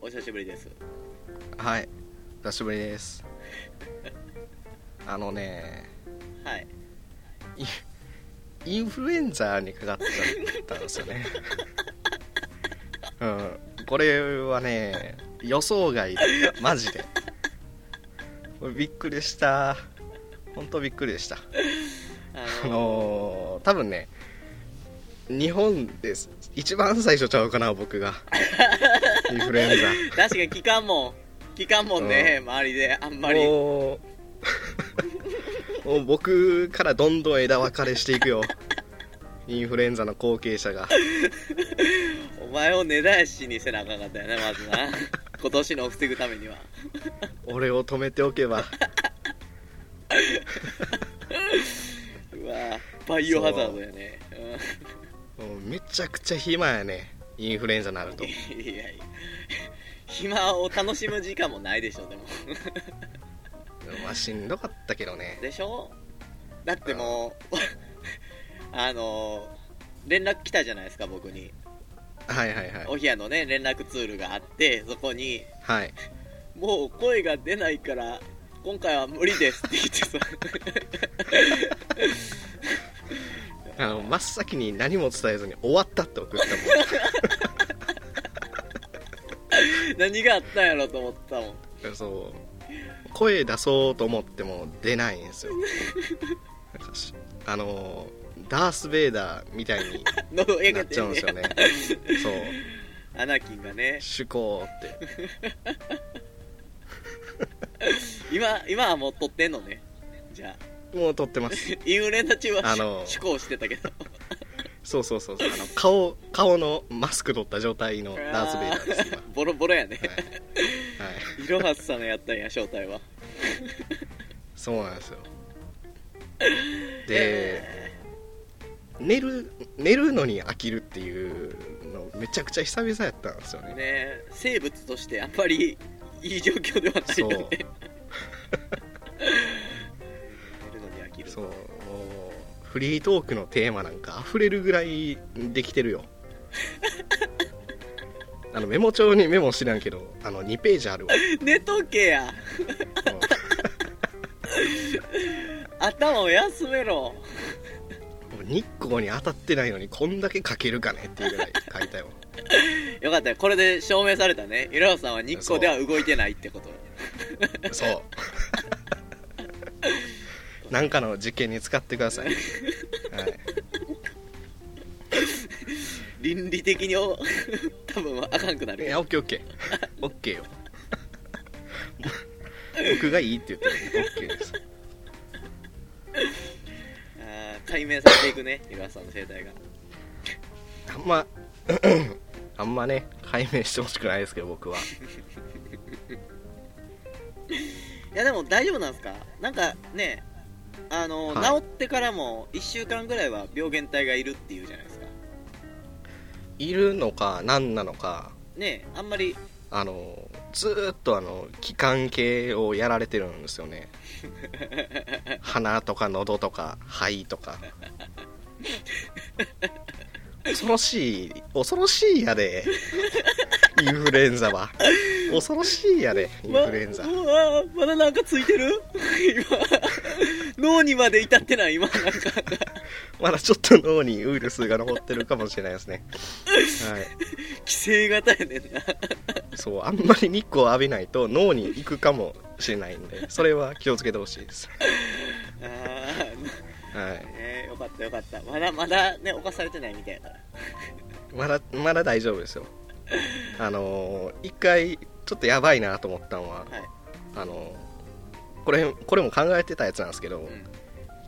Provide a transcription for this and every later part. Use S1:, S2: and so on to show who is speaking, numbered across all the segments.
S1: お久しぶりです
S2: はい久しぶりですあのね
S1: はい
S2: インフルエンザにかかっちゃったんですよねうんこれはね予想外マジでこれびっくりした本当びっくりでした
S1: あ
S2: あ
S1: の
S2: のー多分ね日本です一番最初ちゃうかな僕がインフルエンザ
S1: ー、確かに聞かんもん聞かんもんね、周りであんまり
S2: もうもう僕からどんどん枝分かれして いくよインフルエンザの後継者が
S1: お前を根絶やしにせなあかんかったよねまず な今年のを防ぐためには
S2: 俺を止めておけば
S1: うわバイオハザードやね
S2: もうめちゃくちゃ暇やねインフルエンザになる
S1: う
S2: と
S1: んいやいや暇を楽しむ時間もないでしょでも
S2: まあしんどかったけどね
S1: でしょだってもうあの連絡来たじゃないですか僕に
S2: はいはいはい
S1: お部屋のね連絡ツールがあってそこに
S2: はい
S1: 「もう声が出ないから今回は無理です」って言ってさ
S2: あの真っ先に何も伝えずに終わったって送ったもん
S1: 何があったんやろと思ったもん
S2: そう声出そうと思っても出ないんですよなんかしあのダース・ベイダーみたいに
S1: 喉やけ
S2: なっち
S1: て
S2: ゃうん
S1: ん
S2: で
S1: ね
S2: すよねそう
S1: アナキンがね
S2: 趣向って
S1: 今今はもう撮ってんのねじゃあ
S2: もう撮ってます
S1: インフルエンザ中は
S2: あの
S1: 思考してたけど
S2: そうそうそうそうあの顔顔のマスク取った状態のダース・ベイダーです今
S1: ボロボロやね
S2: はい、はい、
S1: いろはさんのやったんや正体は
S2: そうなんですよで、寝る寝るのに飽きるっていうのめちゃくちゃ久々やったんですよね
S1: ね生物としてあんまりいい状況ではないよね 寝るのに飽きる
S2: そうもうフリートークのテーマなんか溢れるぐらいできてるよあのメモ帳にメモしてらんけどあの2ページあるわ
S1: 寝とけや頭を休めろ
S2: もう日光に当たってないのにこんだけ書けるかねっていうぐらい書いたよ
S1: よかったよこれで証明されたねいろはさんは日光では動いてないってこと
S2: そうなんかの実験に使ってください、はい、
S1: 倫理的にお 多分あかんくないる
S2: や、オッケーオッケー。オッケーよ。僕がいいって言ってるんで、オッケーです。
S1: あー解明されていくねいろはさんの生態が
S2: あんま、あんまね、解明してほしくないですけど、僕は。
S1: いやでも大丈夫なんですかなんかねあの、
S2: はい
S1: 治ってからも1週間ぐらいは病原体がいるっていうじゃないですか
S2: いるのか、何なのか、
S1: ねあんまり
S2: あの、ずーっとあの、気管系をやられてるんですよね。鼻とか喉とか肺とか。恐ろしい、恐ろしいやで。インフルエンザは。恐ろしいやで、インフルエンザ
S1: ま。うわまだなんかついてる今脳にまで至ってない今なんか
S2: まだちょっと脳にウイルスが残ってるかもしれないですね。はい。
S1: 寄生型やねんな
S2: そう、あんまり日光を浴びないと脳に行くかもしれないんで、それは気をつけてほしいです。
S1: あー。
S2: はい
S1: ねよかったよかったまだまだね犯されてないみたいやから
S2: まだ、まだ大丈夫ですよ。あのー一回、ちょっとやばいなと思ったのは、
S1: はい
S2: あのーこれ、これも考えてたやつなんですけど、
S1: ん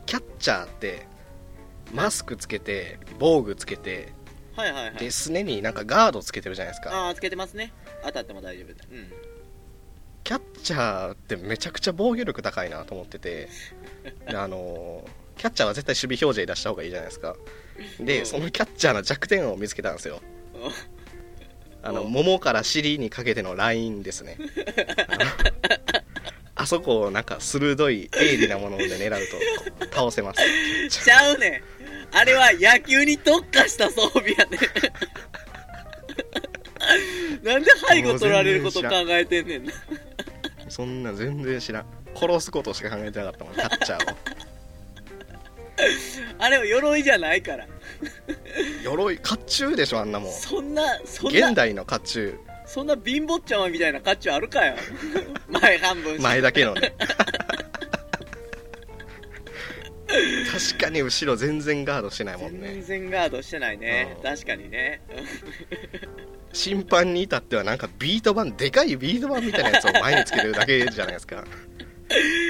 S2: キャッチャーって、マスクつけて、防具つけて、
S1: はいはいはい
S2: で、すねになんかガードつけてるじゃないですか。
S1: ああつけてますね当たっても大丈夫だうん
S2: キャッチャーってめちゃくちゃ防御力高いなと思っててであのキャッチャーは絶対守備表示出した方がいいじゃないですかで、
S1: うん
S2: そのキャッチャーの弱点を見つけたんですよ
S1: お
S2: あの
S1: お
S2: 桃から尻にかけてのラインですねあのあそこをなんか鋭い鋭利なもので狙うと倒せます
S1: ちゃうねんあれは野球に特化した装備やねん なんで背後取られること考えてんねんな
S2: そんなん全然知らん殺すことしか考えてなかったもんキャッチャーを
S1: あれは鎧じゃないから
S2: 鎧甲冑でしょあんなもん
S1: そんなそん
S2: 現
S1: な
S2: 代の甲冑
S1: そんな貧乏ちゃまみたいな価値あるかよ前半分し
S2: 前だけの ね確かに後ろ全然ガードしてないもん
S1: 全
S2: ね
S1: 然ガードしてないね、
S2: うん
S1: 確かにね
S2: 審判に至ってはなんかビート板でかいビート板みたいなやつを前につけてるだけじゃないですか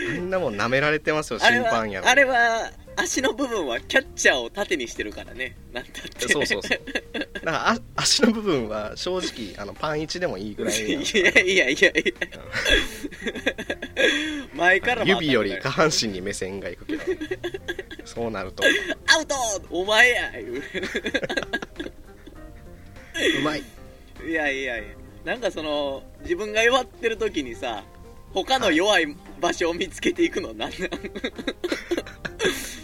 S2: あんなもん舐められてますよ
S1: あれ
S2: 審
S1: は
S2: 判やろ
S1: あれは足の部分はキャッチャーを縦にしてるからねなんだって
S2: そうそうそうだからあ足の部分は正直あのパン1でもいいぐらい
S1: いやいやいやいや前からも
S2: 指より下半身に目線がいくけどそうなるとう
S1: アウトお前や言う
S2: まい
S1: いやいやいやなんかその自分が弱ってる時にさ他の弱い場所を見つけていくの なんなん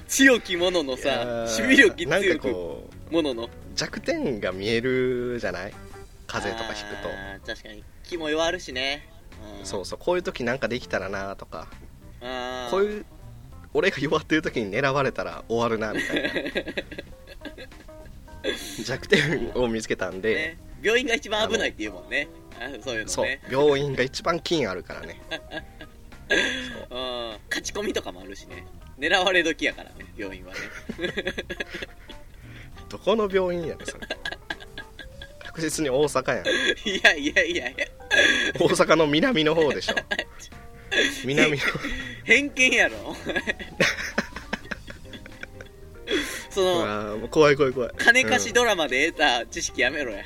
S1: 強き者の
S2: いやー
S1: さ守備力
S2: なん
S1: 強
S2: か
S1: く
S2: こう
S1: 者の
S2: 弱点が見えるじゃない風邪とか引くと
S1: あー確かに気も弱るしね、うん、
S2: そうそうこういう時なんかできたらなとか
S1: あー
S2: こういう俺が弱ってる時に狙われたら終わるなみたいな弱点を見つけたんで、
S1: ね、病院が一番危ないっていうもんねあそういうの
S2: そう
S1: ね
S2: 病院が一番金あるからね
S1: うん勝ち込みとかもあるしね狙われ時やからね病院はね
S2: どこの病院やねんそれ確実に大阪やん
S1: いやいやいやいや
S2: 大阪の南の方で しょ南の
S1: 偏見やろ お前そうの
S2: わーもう怖い怖い怖い
S1: 金貸し
S2: うん
S1: ドラマで得た知識やめろや、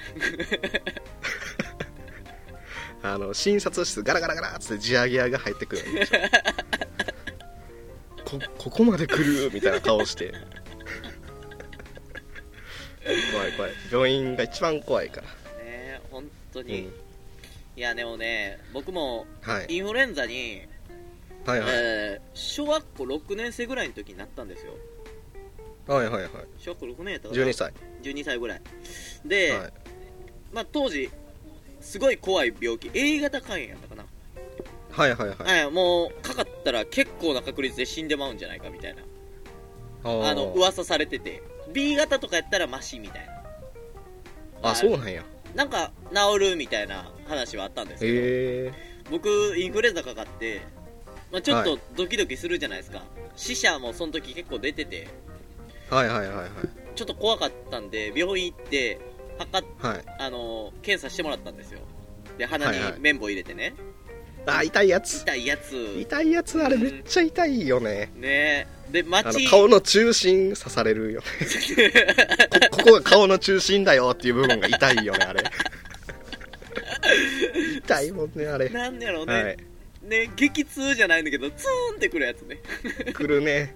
S2: あの診察室ガラガラガラっつって地上げ屋が入ってくるんでしょこここまで来るみたいな顔して 怖い怖い病院が一番怖いから、
S1: ね本当
S2: うん
S1: に、いやでもね僕も
S2: はい、
S1: インフルエンザに、
S2: はいはい
S1: えー小学校6年生ぐらいの時になったんですよ
S2: はいはいはい
S1: 小学校6年やったかな
S2: 12歳、
S1: 12歳ぐらいで、
S2: はい、
S1: まあ、当時すごい怖い病気 A 型肝炎やったかな、
S2: はいはいはい
S1: はいもうかかったら結構な確率で死んでまうんじゃないかみたいな
S2: あ
S1: あの
S2: わ
S1: 噂されてて B 型とかやったらマシみたいな
S2: あそうなんや
S1: なんか治るみたいな話はあったんですけど、
S2: へえ
S1: 僕インフルエンザかかって、まあ、ちょっとドキドキするじゃないですか、死者もその時結構出てて
S2: はいはいはいはい
S1: ちょっと怖かったんで病院行って測っ
S2: はい
S1: あの検査してもらったんですよで鼻に
S2: はいはい
S1: 綿棒入れてね、
S2: あ痛いやつ
S1: 痛いやつ
S2: 痛いやつあれめっちゃ痛いよね
S1: ねえで
S2: あの
S1: 街
S2: 顔の中心刺され るよねこここが顔の中心だよっていう部分が痛いよねあれ痛いもんねあれ
S1: なんやろうね、
S2: は
S1: ね激痛じゃないんだけどツーンってくるやつね
S2: い来るね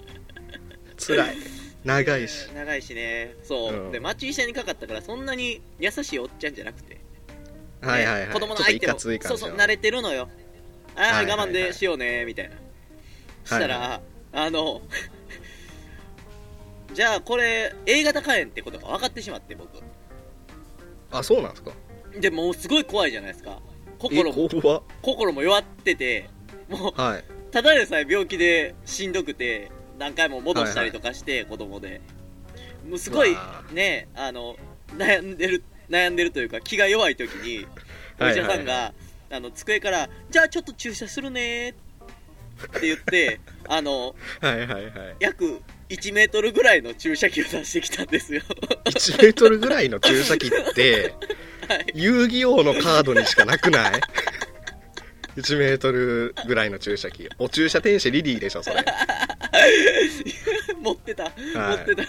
S2: 辛い長いし
S1: 長いしねそう、
S2: うん
S1: で町医者にかかったからそんなに優しいおっちゃんじゃなくて、ね
S2: はいはいはい
S1: 子供の
S2: ちょっと
S1: 相
S2: い
S1: 手
S2: か
S1: も
S2: つい
S1: そ
S2: 感
S1: う
S2: じ
S1: そう
S2: の
S1: 慣れてるのよああ、
S2: はいはいはい
S1: 我慢でしようねみたいなしたら、
S2: はい
S1: あの じゃあこれ A 型肝炎ってことが分かってしまって僕
S2: あそうなんですか
S1: でもうすごい怖いじゃないですか
S2: え
S1: 心も
S2: 怖
S1: 心も弱っててもう
S2: はい
S1: ただでさえ病気でしんどくて何回も戻したりとかして、子供でもうすごいう
S2: わ
S1: ねあの悩んでる悩んでるというか気が弱い時にお
S2: はいはい
S1: 医者さんがあの机から「じゃあちょっと注射するね」って言って あの
S2: はいはい はい
S1: 約1メートルぐらいの注射器を出してきたんですよ
S2: 1メートルぐらいの注射器って、
S1: はい
S2: 遊戯王のカードにしかなくない1メートルぐらいの注射器お注射天使リリーでしょそれ
S1: 持ってた、
S2: はい
S1: 持ってた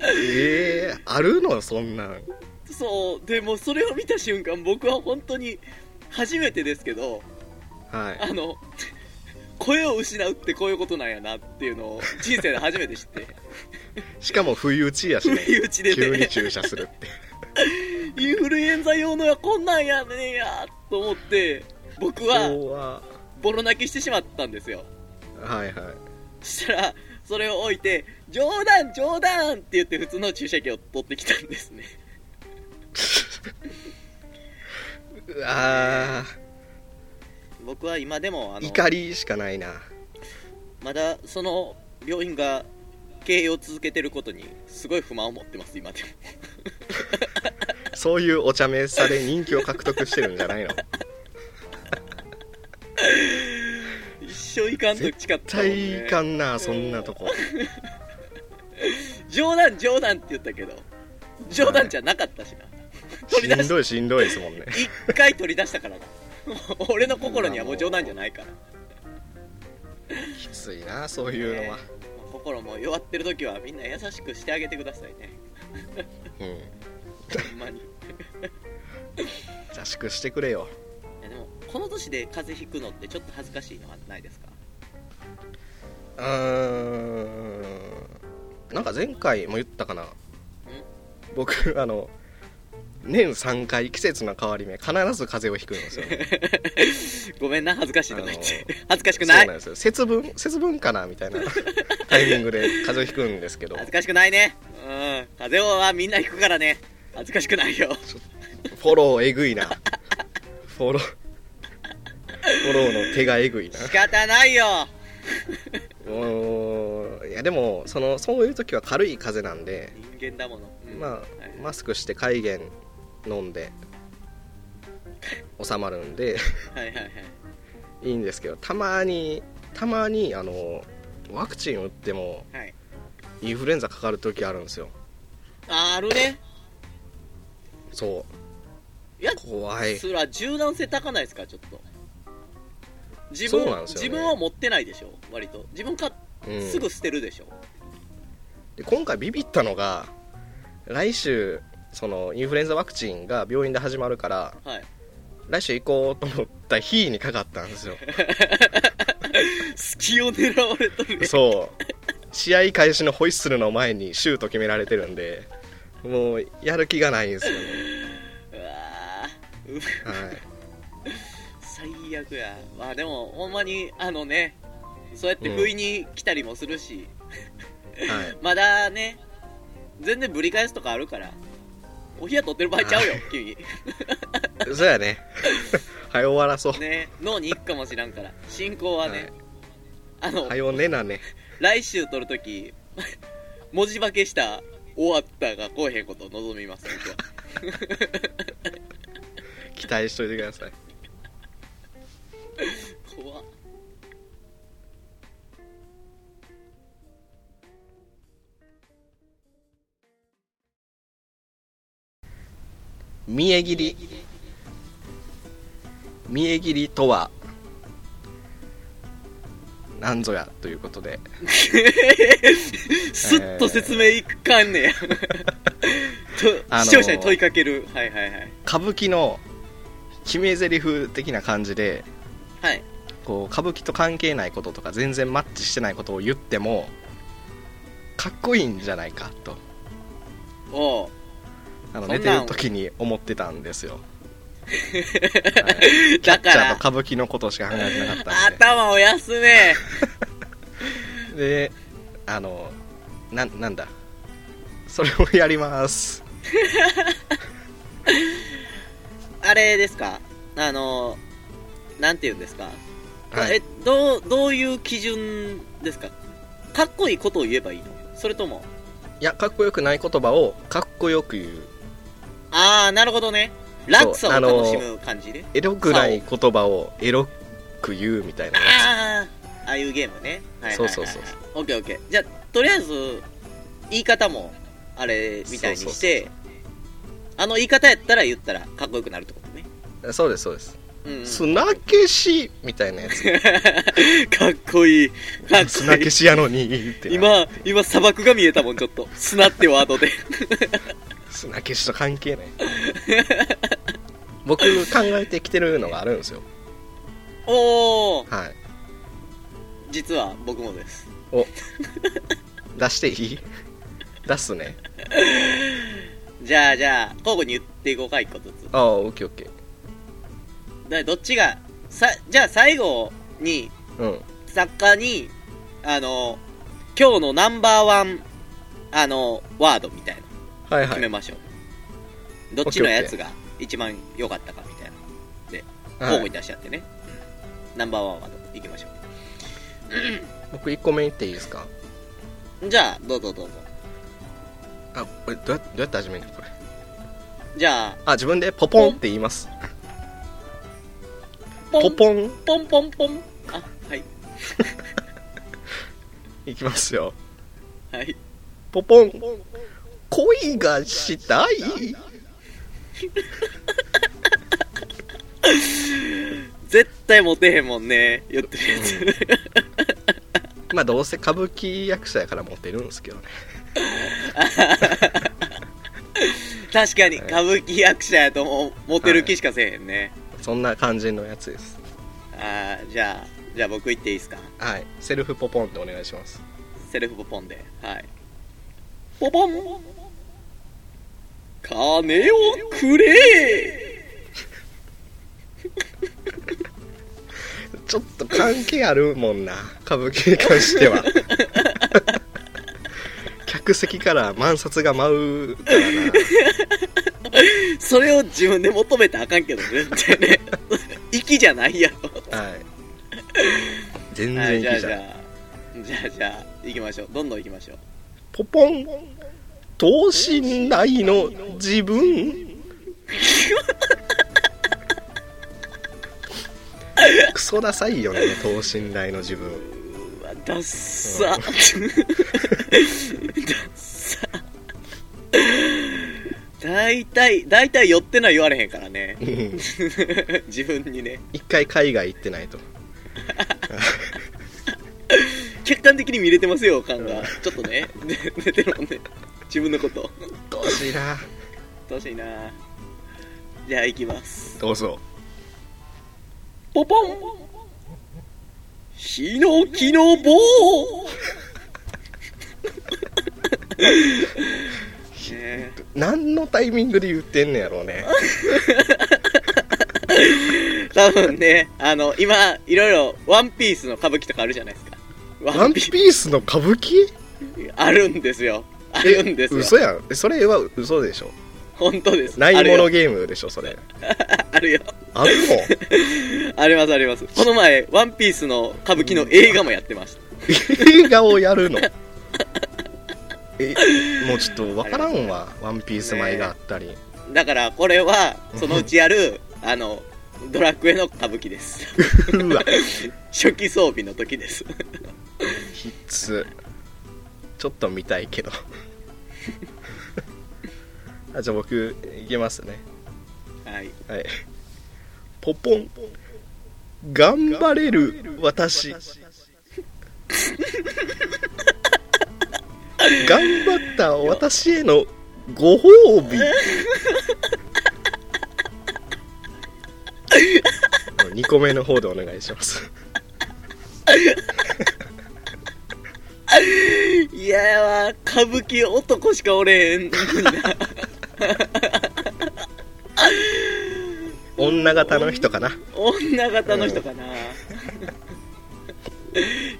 S2: ええあるのそんなん
S1: そうでもそれを見た瞬間僕は本当に初めてですけど
S2: はい
S1: あの声を失うってこういうことなんやなっていうのを人生で初めて知って
S2: しかも不意打ちやしね
S1: 不意打ちでね
S2: 急に注射するっ て
S1: インフルエンザ用のやこんなんやねんやと思って僕は
S2: 怖
S1: ボロ泣きしてしまったんですよ
S2: はいはい
S1: そしたらそれを置いて「冗談冗談!」って言って普通の注射器を取ってきたんですね
S2: うわー
S1: 僕は今でもあの
S2: 怒りしかないな
S1: まだその病院が経営を続けてることにすごい不満を持ってます今でも
S2: そういうお茶目さで人気を獲得してるんじゃないの
S1: 一生いかんと誓ったもん、ね、
S2: 体感なそんなとこ
S1: 冗談冗談って言ったけど冗談じゃなかったしな、取り出
S2: し
S1: し
S2: んどいしんどいですもんね
S1: 一回取り出したからな 俺の心にはもう冗談じゃないから
S2: きついなそういうのは、
S1: 心も弱ってる時はみんな優しくしてあげてくださいねほんまに
S2: うん優しくしてくれよ
S1: いやでもこの年で風邪ひくのってちょっと恥ずかしいのはないですか
S2: うーんなんか前回も言ったかな僕あの年3回季節の変わり目必ず風邪をひくんですよね
S1: ごめんな恥ずかしいとか言っ
S2: あ
S1: て
S2: の
S1: 恥ずかし
S2: そ
S1: く
S2: う
S1: な
S2: ないんですよ節分節分かなみたいなタイミングで風邪をひくんですけど
S1: 恥ずかしくないねうん風邪はみんなひくからね恥ずかしくないよ
S2: フォローえぐいなフォローフォローの手がえぐいな
S1: 仕方ないよ
S2: もういやでもそのそういう時は軽い風邪なんで、
S1: 人間だもの、うん
S2: ま
S1: は
S2: あ
S1: い
S2: マスクして戒厳飲んで収まるんで
S1: はいはいはい
S2: いいんですけどたまにたまにあのワクチン打っても
S1: はい
S2: インフルエンザかかる時あるんですよ
S1: あるね
S2: そ
S1: いや
S2: う怖い
S1: それは柔軟性高ないですかちょっと自
S2: そ
S1: 分、
S2: うなんですよね
S1: 自分は持ってないでしょ割と自分か、
S2: うん
S1: すぐ捨てるでしょ
S2: で今回ビビったのが来週そのインフルエンザワクチンが病院で始まるから
S1: はい
S2: 来週行こうと思った日にかかったんですよ
S1: 隙を狙われとるね
S2: そう試合開始のホイッスルの前にシュート決められてるんでもうやる気がないんですよね、
S1: うわーう
S2: はい、
S1: 最悪やまあでもほんまにあのねそうやって不意に来たりもするし、
S2: はい、
S1: まだね全然ぶり返すとかあるからお冷や取ってる場合ちゃうよ
S2: はい
S1: 君
S2: そうやね はい終わらそう
S1: ね脳に行くかもしらんから進行はね、あの、
S2: はよねなね
S1: 来週撮るとき文字化けした終わったがこえへんことを望みます僕は
S2: 期待しといてください
S1: 怖 っ
S2: 見え切り見え切りとは何ぞやということです
S1: っと説明いかんねや、と
S2: あのー
S1: 視聴者に問いかけるはいはいはい
S2: 歌舞伎の決め台詞的な感じで
S1: はい
S2: こう歌舞伎と関係ないこととか全然マッチしてないことを言ってもかっこいいんじゃないかと
S1: おう
S2: あの
S1: そんなん
S2: 寝てる時に思ってた んですよ、はい
S1: だ
S2: キャ
S1: か
S2: ッチャーと
S1: ら
S2: 歌舞伎のことしか考えてなかったんで
S1: 頭を休め
S2: であのななんだそれをやります
S1: あれですかあのーなんて言うんですか、
S2: はい
S1: えどうどういう基準ですかかっこいいことを言えばいいのそれとも
S2: いやかっこよくない言葉をかっこよく言う
S1: ああなるほどね落差を楽しむ感じで
S2: エロくない言葉をエロく言うみたいな や
S1: ああああいうゲームね、はいはいはいはい、
S2: そうそうそうそ
S1: オッケーオッケーじゃあとりあえず言い方もあれみたいにして
S2: そう
S1: あの言い方やったら言ったらかっこよくなるってことね
S2: つそうですそうです、
S1: うん、うん、
S2: 砂消しみたいなやつ
S1: かっこいいかっ
S2: 砂
S1: こい
S2: 消
S1: い
S2: しやのにってな
S1: 今今砂漠が見えたもんちょっと砂ってワー ドで
S2: 砂消しと関係ない僕考えてきてるのがあるんですよ
S1: おお
S2: はい
S1: 実は僕もです
S2: お出していい出すね
S1: じゃあじゃあ交互に言っていこうか一個ずつ
S2: ああオッケーオッケ
S1: だどっちがさじゃあ最後に
S2: ーうん
S1: 作家に、あの、今日のナンバーワン、あの、ワードみたいな、
S2: はいは
S1: 決
S2: い
S1: めましょう。どっちのやつが一番良かったかみたいな
S2: は
S1: 交互に、
S2: い
S1: 出し合ってね、ナンバーワンワードいきましょ
S2: 僕1個目言っていいですか
S1: うじゃあどうぞどうぞ
S2: あこれどうやどうやって始めるのこれ
S1: じゃあ
S2: あ自分でポポンって言います
S1: ポ
S2: ポ
S1: ンポン
S2: ポ
S1: ポ
S2: ン
S1: ンポンポンあはい
S2: いきますよ
S1: はい
S2: ポポン恋がしたい
S1: 絶対モテへんもんね言ってるやつ、
S2: まあどうせ歌舞伎役者やからモテるんですけどね
S1: 確かに
S2: はい
S1: 歌舞伎役者やともモテる気しかせえへんね、
S2: そんな感じのやつです
S1: あーじゃあじゃあ僕言っていいですか
S2: はいセルフポポンってお願いします
S1: セルフポポンではいポポン金をくれ
S2: ちょっと関係あるもんな歌舞伎に関し ては客席から満札が舞うからな
S1: それを自分で求めてあかんけどねってね 息じゃないやろ
S2: はい。全
S1: は
S2: 然
S1: い、
S2: い
S1: じゃあ
S2: い
S1: じ
S2: じ
S1: ゃ
S2: ゃん。
S1: あじゃあじゃあ行きましょうどんどん行きましょう
S2: ポポン。等身大の自 分。クソダサいよね、等身大の自分。
S1: うわダッサダッサ大体大体寄ってのは言われへんからね 自分にね
S2: 一回海外行ってないと。
S1: 客観的に見れてますよ感がちょっとねで出てるもんね自分のこと
S2: どうしいな。
S1: 楽しいなじゃあ行きます
S2: どうぞ。
S1: ポポンヒノキの 棒ね
S2: 何のタイミングで言ってんねやろうね。
S1: え多分ねあの今いろいろ「ワンピースの歌舞伎とかあるじゃないですか
S2: ワンピースの歌舞伎
S1: あるんですよあるんですよ
S2: 嘘やん。それは嘘でしょ。
S1: 本当です
S2: ない
S1: ある
S2: もの
S1: よ
S2: ゲームでしょ、それ。
S1: あるよ
S2: あるの
S1: ありますありますこの前「ワンピースの歌舞伎の映画もやってました
S2: 映画をやるのえもうちょっとわからんわ「ワンピース前があったり、
S1: だからこれはそのうちやるあのドラクエの歌舞伎です
S2: うわ
S1: 初期装備の時です
S2: きつちょっと見たいけど あじゃあ僕いけますね
S1: はい
S2: はいポポン頑張れる私頑張った私へのご褒 美2個目の方でお願いします
S1: いやー歌舞伎男しかおれへん
S2: 女型の人かな
S1: 女型の人かな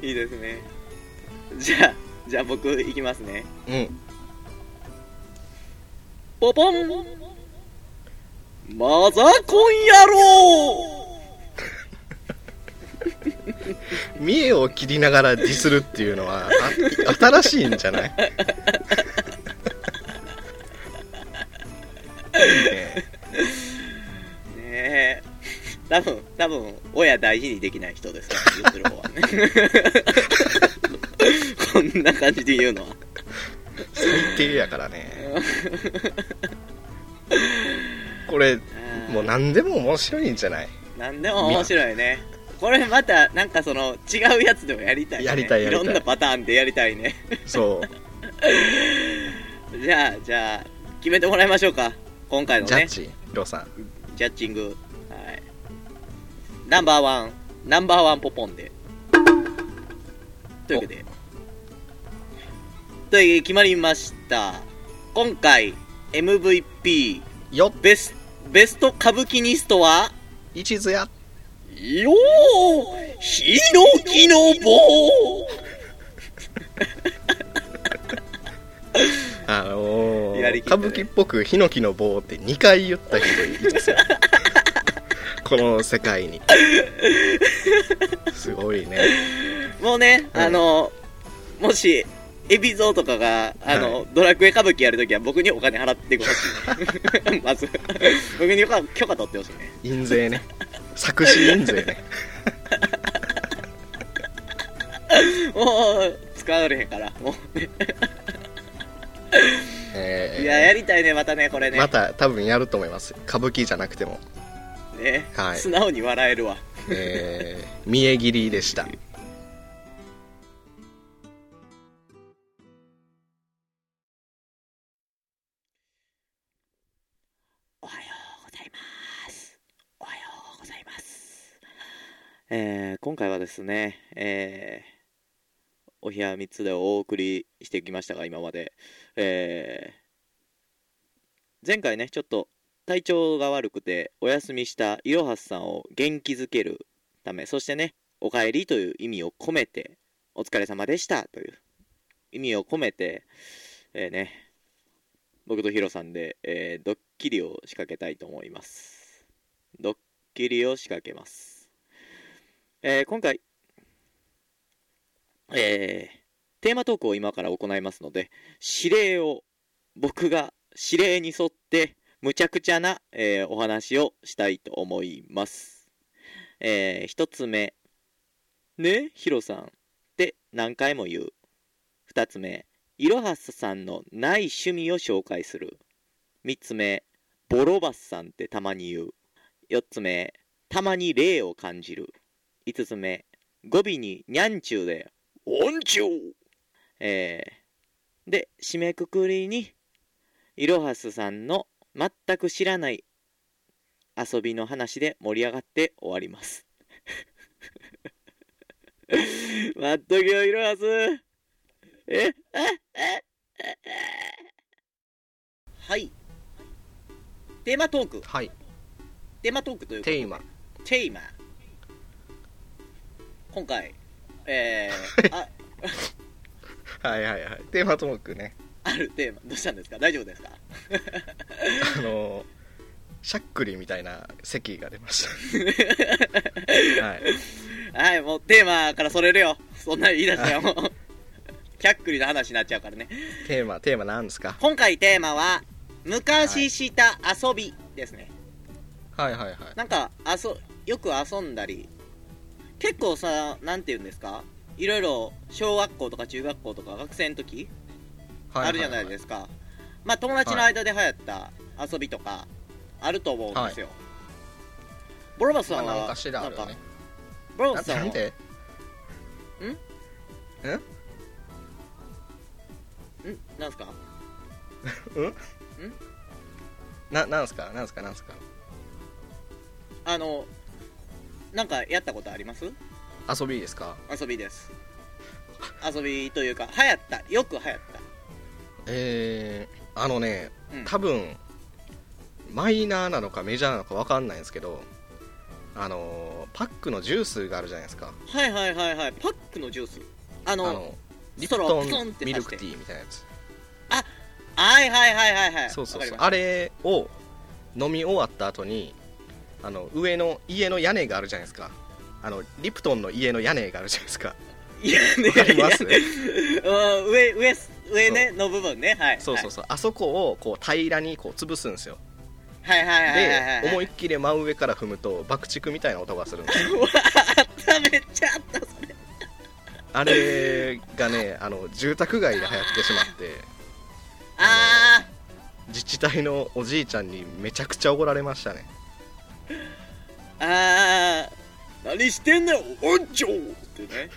S1: いいですねじゃあじゃあ僕いきますね
S2: うん
S1: ポポンマザコン野郎
S2: 見栄を切りながらディスるっていうのはあ新しいんじゃないいいね
S1: ねえ多分多分親大事にできない人ですから言ってる方はねこんな感じで言うのは
S2: 最低やからねこれもう何でも面白いんじゃない
S1: 何でも面白いねこれまたなんかその違うやつでもやりたい、ね、
S2: やりたいやりたい
S1: ろんなパターンでやりたいね
S2: そ
S1: じゃあじゃあ決めてもらいましょうか今回
S2: う
S1: の
S2: ジャッ
S1: ね
S2: ジヒロさん
S1: ジャッジングはいナンバーワンナンバーワンポポンでというわけでというわけで決まりました今回 MVP
S2: よっ
S1: ベスベスト歌舞伎ニストは
S2: 一途や
S1: よーヒノキの棒
S2: あのー、
S1: いやりきっ
S2: 歌
S1: たね
S2: 舞伎っぽく「ヒノキの棒」って2回言った人いるん ですよこの世界にすごいね
S1: もうね、
S2: うん
S1: あの、もし、エビゾーとかが、あの、
S2: は
S1: ドラクエ歌舞伎やるときは僕にお金払ってほしい、ね。まず、僕に許可許可取ってほしいね。
S2: 印税ね 作詞印税ね
S1: もう、使われへんから。も
S2: え
S1: う
S2: ー
S1: いや、やりたいね、またね、これね。
S2: また多分やると思います歌舞伎じゃなくても、
S1: ね、
S2: はい
S1: 素直に笑えるわ。
S2: え ー、見え切りでした
S1: おはようございます。おはようございます。えー、今回はですね、えー、お部屋3つでお送りしてきましたが、今まで。えー、前回ね、ちょっと体調が悪くてお休みしたいろはすさんを元気づけるため、そしてね、おかえりという意味を込めて、お疲れ様でしたという意味を込めて、えー、ね、僕とヒロさんで、えードッキリを仕掛けたいと思いますドッキリを仕掛けます、えー今回、えーテーマトークを今から行いますので指令を僕が指令に沿ってむちゃくちゃな、えーお話をしたいと思いますえー一つ目ねヒロさんって何回も言う二つ目いろはすさんのない趣味を紹介する。3つ目、ボロバスさんってたまに言う。4つ目、たまに霊を感じる。5つ目、語尾ににゃんちゅうで、おんちゅうえー、で、締めくくりに、いろはすさんの全く知らない遊びの話で盛り上がって終わります。 待っとけよ、いろはす。えはい。テーマトーク。
S2: はい
S1: テーマトークというか、
S2: テーマ
S1: テーマ。今回、えー、あ、
S2: はいはいはいテーマトークね
S1: あるテーマ、どうしたんですか大丈夫ですか
S2: あのーしゃっくりみたいな席が出ま したはい
S1: はい、もうテーマからそれるよ。そんなん言い出したらもう、キャックリの話になっちゃうからね。
S2: テーマテーマなんですか
S1: 今回テーマは、昔した遊びですね。
S2: はいはいはい
S1: なんか遊よく遊んだり結構さなんて言うんですかいろいろ小学校とか中学校とか学生の時あるじゃないですすか、まあ友達の間で流行った遊びとかあると思うんですよ、ボロバスさんは
S2: なんかしらある
S1: な
S2: よ
S1: ん
S2: ね
S1: かボロ
S2: な
S1: バスさ
S2: なんん
S1: は
S2: で
S1: ん
S2: ん
S1: んなんすか
S2: ななんすかなんすかなんすか
S1: あのなんかやったことあります
S2: 遊びですか
S1: 遊びです遊びというか流行ったよく流行っ
S2: えー、あのね
S1: た、うん、
S2: 多分マイナーなのかメジャーなのかわかんないんですけどあのーパックのジュースがあるじゃないですか
S1: はいはいはいはいパックのジュースあ
S2: あ
S1: の
S2: のリ
S1: ス
S2: プ
S1: トロー
S2: ト
S1: をピコンっ
S2: ン
S1: て刺して
S2: ミルクティーみたいなやつ
S1: はいはいはいはいはい
S2: そうそうそう
S1: わか
S2: あれを飲み終わった後にあの上の家の屋根があるじゃないですかあのリプトンの家の屋根があるじゃないですか
S1: ります いやね
S2: わかります
S1: いやうん上上上ねの部分ねはい
S2: そうそうそうあそこをこう平らにこう潰すんですよ
S1: はいはいはいはいはい
S2: で思
S1: はい
S2: っきり真上から踏むと爆竹みたいな音がするんですよ
S1: うわあっためっちゃあったそれ
S2: あれがねあの住宅街で流行ってしまって
S1: あ
S2: 自治体のおじいちゃんにめちゃくちゃ怒られましたね
S1: ーあー何してんだよおんちょーってね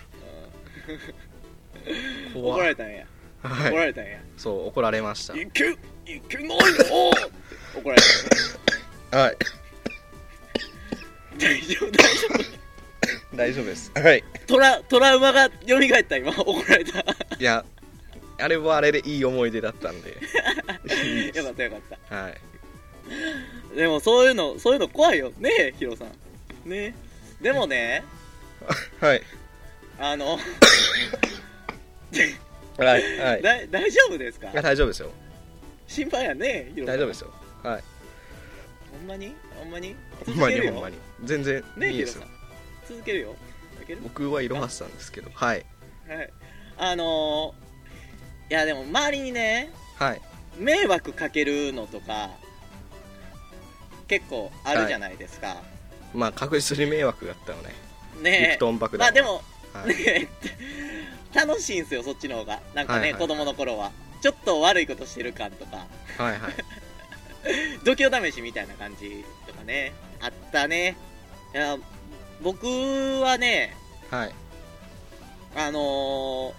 S1: うん怒ら
S2: い
S1: れたんや
S2: は
S1: 怒ら
S2: い
S1: れたんや
S2: そう怒られました
S1: いけいけないよーって怒られた
S2: はい
S1: 大丈夫大丈
S2: 大丈夫ですはい
S1: 夫トラトラウマが蘇った今怒られた
S2: いやあれはあれでいい思い出だっ たんでいいで
S1: よ
S2: す
S1: かったよかった
S2: はい
S1: でもそういうのそういうの怖いよねえヒロさんねえでもね
S2: はい
S1: あの
S2: はいはい
S1: だ大丈夫ですか
S2: いや大丈夫ですよ
S1: 心配やねヒロ
S2: 大丈夫ですすよはい
S1: ほんまにほんまに
S2: ほんまに
S1: 続けるよ
S2: ほんまに全然
S1: ね
S2: いい
S1: ヒ
S2: で
S1: ロ
S2: す
S1: さ
S2: よ
S1: ん続けるよいける
S2: 僕はいろはすさんですけどはい
S1: はいあのー、いやでも周りにね
S2: はい
S1: 迷惑かけるのとか結構あるじゃないですか、
S2: まあ確実に迷惑だったよねビ
S1: ね
S2: ク
S1: え
S2: トン爆
S1: まあ
S2: 弾は
S1: でも
S2: はい
S1: ねえ 楽しいんすよそっちの方がなんかね、
S2: はいはい
S1: 子供の頃はちょっと悪いことしてる感とか
S2: はいはい
S1: 度胸試しみたいな感じとかねあったねいや僕はね
S2: はい
S1: あの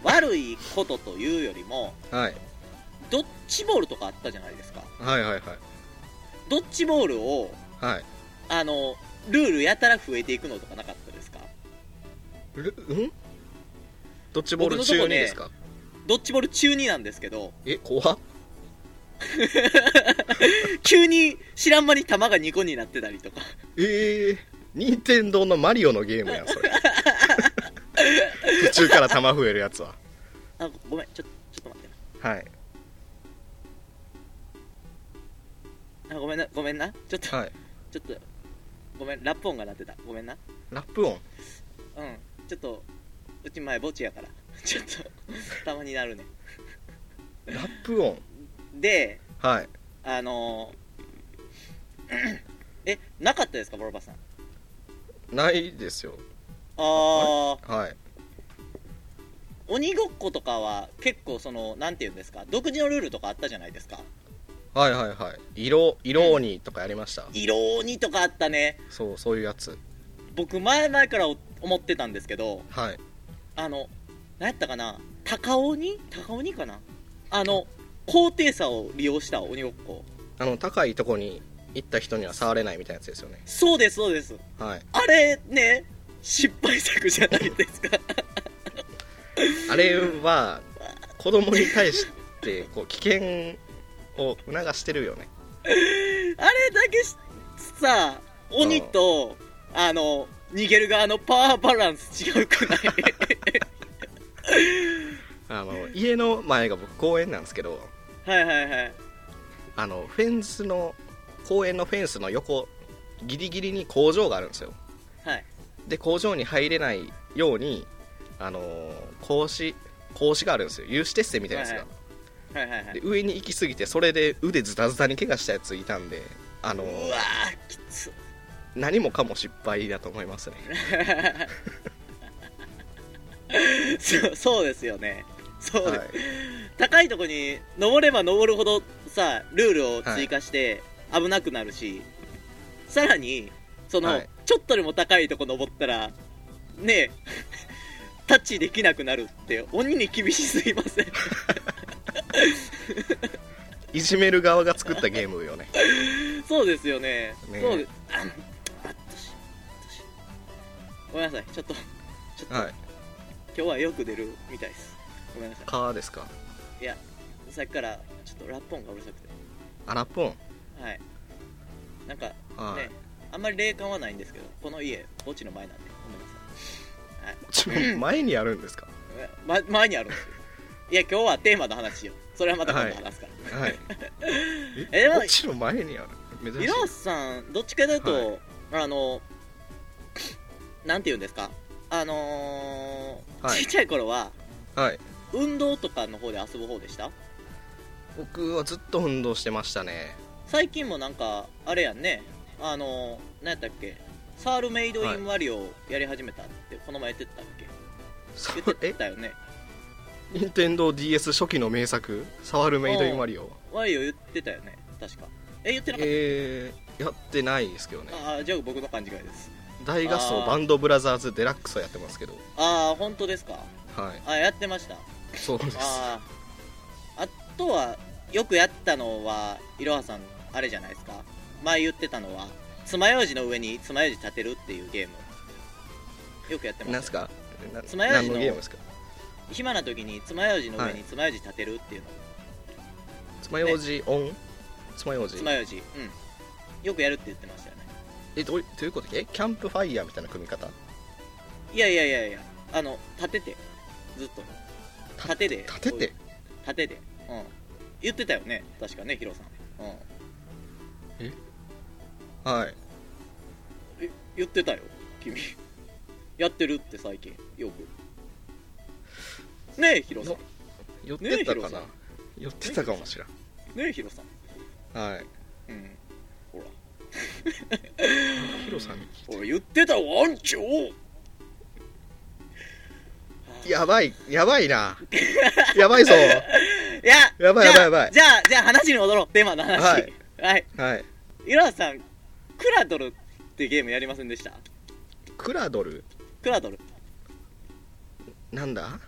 S1: ー悪いことというよりも
S2: はい
S1: ドッジボールとかあったじゃないですか
S2: はいはいはい
S1: ドッジボールを
S2: はい
S1: あのルールやたら増えていくのとかなかったですか
S2: ルうんドッジボール中にですか、
S1: ドッジボール中2なんですけど
S2: え怖っ
S1: 急に知らん間に球が2個になってたりとか
S2: ええー、任天堂のマリオのゲームやん それ途中から弾増えるやつは
S1: あごめんちょちょっと待って
S2: はい
S1: なあごめんなごめんなちょっと、
S2: はい
S1: ちょっとごめんラップ音が鳴ってたごめんな
S2: ラップ
S1: う
S2: 音
S1: んちょっとうち前墓地やから ちょっとたまになるね
S2: ラップ音
S1: で
S2: はい
S1: あのー えなかったですかボロバさん
S2: ないですよ
S1: ああ
S2: はい
S1: 鬼ごっことかは結構そのなんて言うんですか独自のルールとかあったじゃないですか
S2: はいはいはい色色鬼とかやりました、
S1: 色鬼とかあったね
S2: そうそういうやつ
S1: 僕前々から思ってたんですけど
S2: はい
S1: あの何やったかな高鬼高鬼かなあの高低差を利用した鬼ごっこ
S2: あの高いとこに行った人には触れないみたいなやつですよね
S1: そうですそうです
S2: はい
S1: あれね失敗作じゃないですか
S2: あれは子供に対してこう危険を促してるよね
S1: あれだけしさ鬼とあの逃げる側のパワーバランス違うくない
S2: あの家の前が僕公園なんですけど
S1: はいはいはい
S2: あのフェンスの公園のフェンスの横ギリギリに工場があるんですよ
S1: はい
S2: で工場に入れないようにあのー格子格子があるんですよ有刺鉄線みたいなやつが、
S1: はいはいはいはい
S2: で上に行き過ぎてそれで腕ズタズタに怪我したやついたんであのー
S1: うわーきつ
S2: 何もかも失敗だと思いますね
S1: そうそうですよねそうです、
S2: はい
S1: 高いとこに登れば登るほどさルールを追加して危なくなるし、さらにその、
S2: はい
S1: ちょっとでも高いとこ登ったらねえタッチできなくなるって鬼に厳しすぎま せん
S2: いじめる側が作ったゲームよね
S1: そうですよね
S2: ねえ
S1: そうであんあっとしあっとしごめんなさいちょっとちょっと、
S2: はい
S1: 今日はよく出るみたいですごめんなさい
S2: カーですか
S1: いやさっきからちょっとラップ音がうるさくて
S2: アラポン
S1: はいなんかね、
S2: はい、
S1: あんまり霊感はないんですけどこの家墓地の前なんでごめんなさ
S2: ちょ前にやるんです か
S1: いえ、ま、前にあ るんですよいや今日はテーマの話よそれはまた今度話すから、
S2: はい
S1: えでも
S2: もちろん前にある珍し
S1: イ
S2: い
S1: ロハスさんどっちかというと、
S2: は
S1: あのなんて言うんですかあのー
S2: はい
S1: ちっちゃい頃は
S2: はい
S1: 運動とかの方で遊ぶ方でした
S2: 僕はずっと運動してましたね
S1: 最近もなんかあれやんねあの何やったっけサールメイドインマリオやり始めたってこの前言ってたっけ、
S2: そ
S1: 言って
S2: え
S1: たよね
S2: 任天堂 d s 初期の名作「触るメイドインマリオ
S1: マリオ言ってたよね確かえ言って」なかった、
S2: えー、やってないですけどね
S1: ああじゃあ僕の勘違いです
S2: 大合
S1: あー
S2: 奏バンドブラザーズデラックスはやってますけど
S1: ああ本当ですか
S2: はい
S1: あやってました
S2: そうです
S1: あああとはよくやったのはいろはさんあれじゃないですか前言ってたのは爪楊枝の上に爪楊枝立てるっていうゲームよくやってま
S2: なん
S1: し
S2: す
S1: た
S2: かな
S1: 爪楊枝の
S2: 何のゲームですか
S1: 暇な時に爪楊枝の上に爪楊枝立てるっていうのを
S2: 爪楊枝オン爪楊
S1: 爪
S2: 枝
S1: 楊枝うんよくやるって言ってましたよね
S2: えどういどういうことえキャンプファイヤーみたいな組み方
S1: いやいやいやいやあの立ててずっと立てで
S2: 立てて
S1: 立てでうん言ってたよね確かねヒロさん、うん、
S2: はい
S1: え言ってたよ君 やってるって最近よくねえヒロさん
S2: よ寄ってたか
S1: ね
S2: な
S1: え
S2: 寄ってたかもしれん
S1: ねえヒロさん
S2: はい
S1: うんほら
S2: ヒロさんに聞い
S1: 俺言ってたわんちょ
S2: てやばいやばいなやばいぞ
S1: いや
S2: やばい
S1: じゃあ
S2: やばいやばい
S1: じゃあじゃあ話に戻ろうテーマの話
S2: は
S1: はいい、
S2: はい
S1: イラさんクラドルってゲームやりませんでした
S2: クラドル
S1: クラドル
S2: なんだ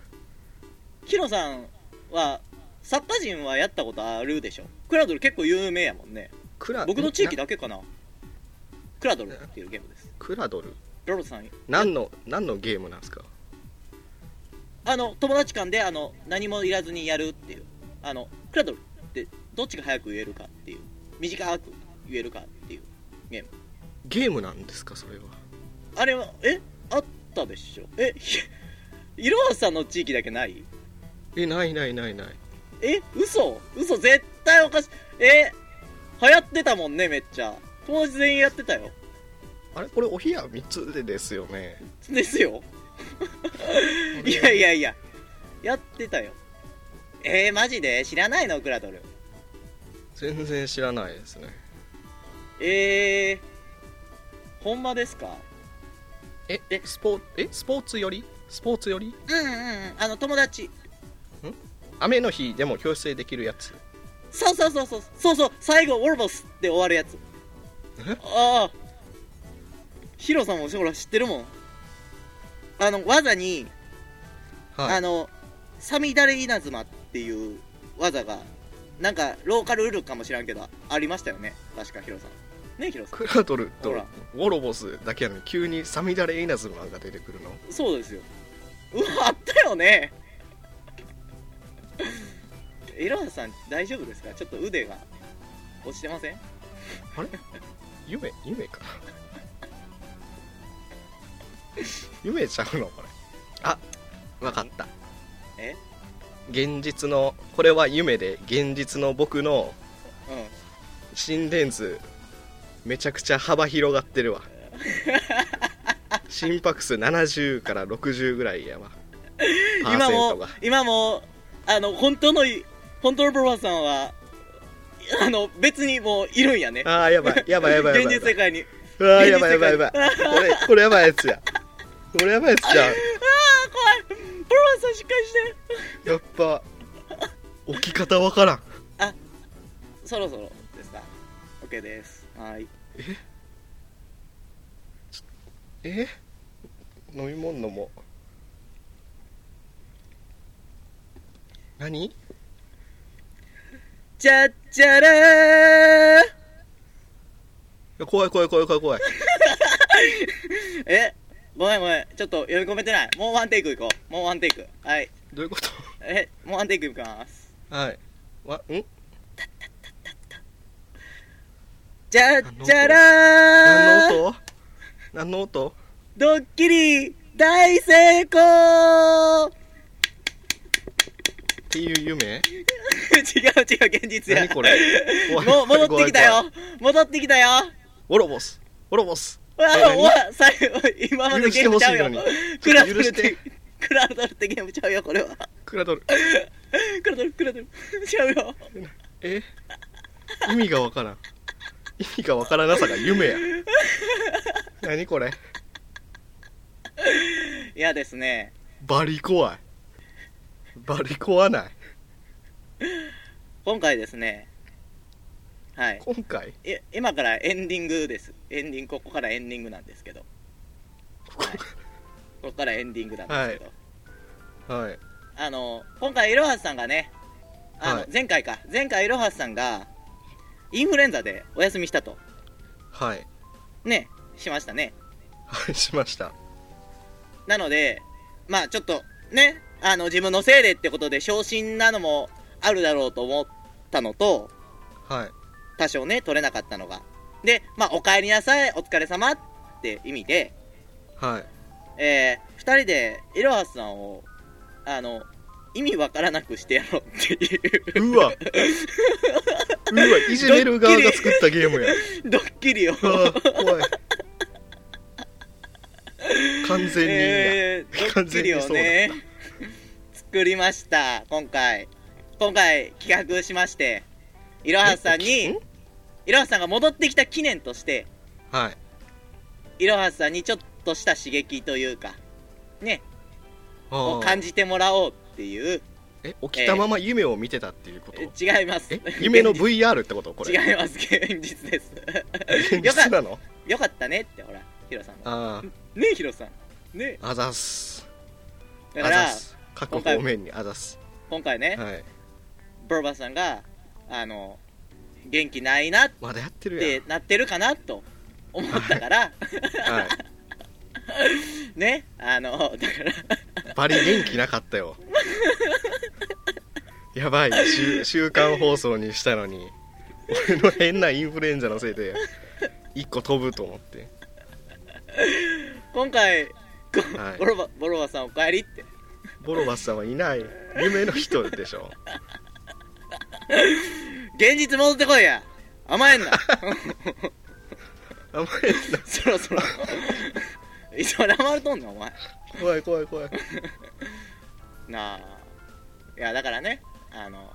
S1: ヒロさんはサッパ人はやったことあるでしょクラドル結構有名やもんね
S2: クラ
S1: 僕の地域
S2: な
S1: だけかなクラドルっていうゲームです
S2: クラドル
S1: ロロさん
S2: 何の何のゲームなんですか
S1: あの友達間であの何もいらずにやるっていうあのクラドルってどっちが早く言えるかっていう短く言えるかっていう
S2: ゲームなんですかそれは
S1: あれはえあったでしょえひイロハさんの地域だけない
S2: えないないないない
S1: え嘘嘘絶対おかしいえ流行ってたもんねめっちゃ友達全員やってたよ
S2: あれこれお部屋3つでですよね
S1: ですよいやいやいややってたよえー、マジで知らないのクラドル
S2: 全然知らないですね
S1: えー、ほんまですか
S2: え
S1: え
S2: スポーえスポーツよりスポーツより
S1: うんうんうんあの友達
S2: 雨の日でも教室でできるやつ
S1: そうそうそうそうそうそう最後ウォルボスって終わるやつ
S2: え
S1: ああヒロさんもほら知ってるもんあの技に、
S2: は
S1: あ
S2: い
S1: のサミダレイナズマっていう技がなんかローカルルールかもしらんけどありましたよね確かヒロさんねヒロさん
S2: クラドルと
S1: ほ
S2: ウ
S1: ら
S2: ォロボスだけやのに急にサミダレイナズマが出てくるの
S1: そうですようわあったよねエロハさん大丈夫ですかちょっと腕が落ちてません
S2: 夢夢かな 夢ちゃうのこれあわかった
S1: え
S2: 現実のこれは夢で現実の僕の
S1: うん
S2: 心電図めちゃくちゃ幅広がって るわ心拍数70から60ぐらいやわパー
S1: 今
S2: セント
S1: も
S2: が
S1: 今もあの本当のい本当のブロワーさんはあの別にもういるんやね
S2: ああやばいやばいやばいやばい
S1: 現実世界に
S2: うわー
S1: 現
S2: や
S1: 実世
S2: ばい
S1: 界
S2: やばいやばいこれこれやばいやつやこれやばいやつじゃ
S1: あ
S2: ん
S1: あ怖いブロワーさんしっかりして
S2: やっぱ置き方わからん
S1: そろそろですか OK ですはい
S2: え飲み物飲もう何
S1: じゃっじゃらー
S2: いや怖い怖い怖い怖い怖い
S1: えごめんごめんちょっと読み込めてないもうワンテイクいこうもうワンテイクはい
S2: どういうこと
S1: えもうワンテイクいきます
S2: はいわん
S1: じゃっじゃら
S2: 何
S1: ー
S2: の音何の音
S1: ドッキリ大成功
S2: っていう夢
S1: 違う違う現実や
S2: 何これ怖い
S1: もう
S2: 怖い
S1: 戻ってきた
S2: 怖い
S1: よ戻ってきたよ
S2: ウォロボスウォロボス
S1: わ
S2: え
S1: あ
S2: 何
S1: わあ最後今まで
S2: 許して
S1: ゲーム
S2: ほ
S1: ちゃ
S2: し
S1: う
S2: いの
S1: よ
S2: に
S1: クラドル
S2: 許
S1: っ
S2: して
S1: てクラドルってゲームちゃうよこれは
S2: クラドル
S1: クラドルクラドルちゃうよ
S2: え意味がわからん意味がわからなさが夢や何これ
S1: いやですね
S2: バリ怖いバリ怖ない
S1: 今回ですねはい
S2: 今回
S1: い今からエンディングですエンディングここからエンディングなんですけどはいここからエンディングなんですけど、
S2: はい
S1: あの今回いろはさんがねあの、
S2: はい
S1: 前回か前回いろはさんがインフルエンザでお休みしたと
S2: はい
S1: ねしましたね
S2: はいしました
S1: なのでまあちょっとねあの自分のせいでってことで昇進なのもあるだろうと思ったのと
S2: はい
S1: 多少ね取れなかったのがでまあお帰りなさいお疲れ様って意味で
S2: はい
S1: えー、2人でいろはさんをあの意味わからなくしてやろうっていう
S2: うわうわいじめる側が作ったゲームや
S1: ドッキ リを
S2: あー怖い完全にいいや、
S1: えード
S2: 完
S1: ッキ
S2: 全
S1: リ
S2: に
S1: を
S2: そうだ
S1: ね作りました今回今回企画しましていろはさんにいろはさんが戻ってきた記念として
S2: はい
S1: いろはさんにちょっとした刺激というかね
S2: あー
S1: を感じてもらおうっていう
S2: え起きたまま夢を見てたっていうこと、
S1: え違います
S2: え夢の
S1: 現
S2: VR ってことこれ
S1: 実違います現実です
S2: 現
S1: よかっ
S2: 実なの
S1: よかったねってほらヒロさんは
S2: あ
S1: ねえヒロさんね
S2: ああざっす
S1: えだ
S2: あ
S1: か
S2: ざっ
S1: ら
S2: す各方面にあざっす
S1: 今回ね
S2: はい
S1: ボルバさんがあの元気ないなっ
S2: まだやっ
S1: て
S2: てる
S1: なってるかなと思った から
S2: やん、はい、
S1: ねあのだから
S2: バリ元気なかっ たよやばい週週間放送にしたのに俺の変なインフルエンザのせいで1個飛ぶと思って
S1: 今回こ
S2: はい
S1: ボルバボルバさんお帰りって
S2: ボロバスさんはいない夢の人でしょ
S1: 現実戻ってこいや甘え んな
S2: あんま
S1: そろ そろいつまで甘えとんのお前
S2: り怖い怖い怖い
S1: なあいやだからねあの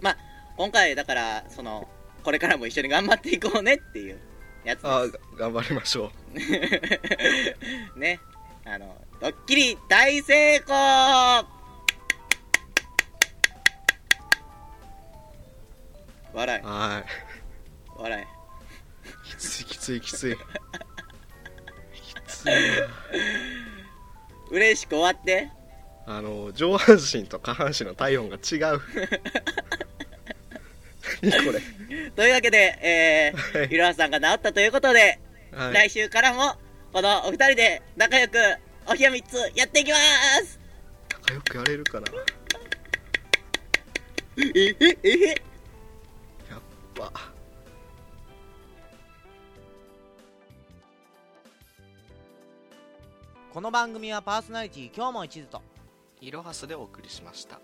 S1: まあ今回だからそのこれからも一緒に頑張っていこうねっていうやつ
S2: あ
S1: で
S2: ー頑張りましょう
S1: す ねあのドッキリ大成功笑
S2: はい
S1: 笑
S2: いきついきついきついきついない
S1: 嬉しく終わって
S2: あの上半身と下半身の体温が違う 何これ
S1: というわけでえー
S2: はい
S1: いろはさんが治ったということで、
S2: は
S1: 来
S2: い、
S1: 週からもこのお二人で仲良くおひやみつやっていきます
S2: 仲良くやれるかな
S1: ええええ
S2: やっぱ
S3: この番組はパーソナリティ今日も一途と
S2: いろはすでお送りしました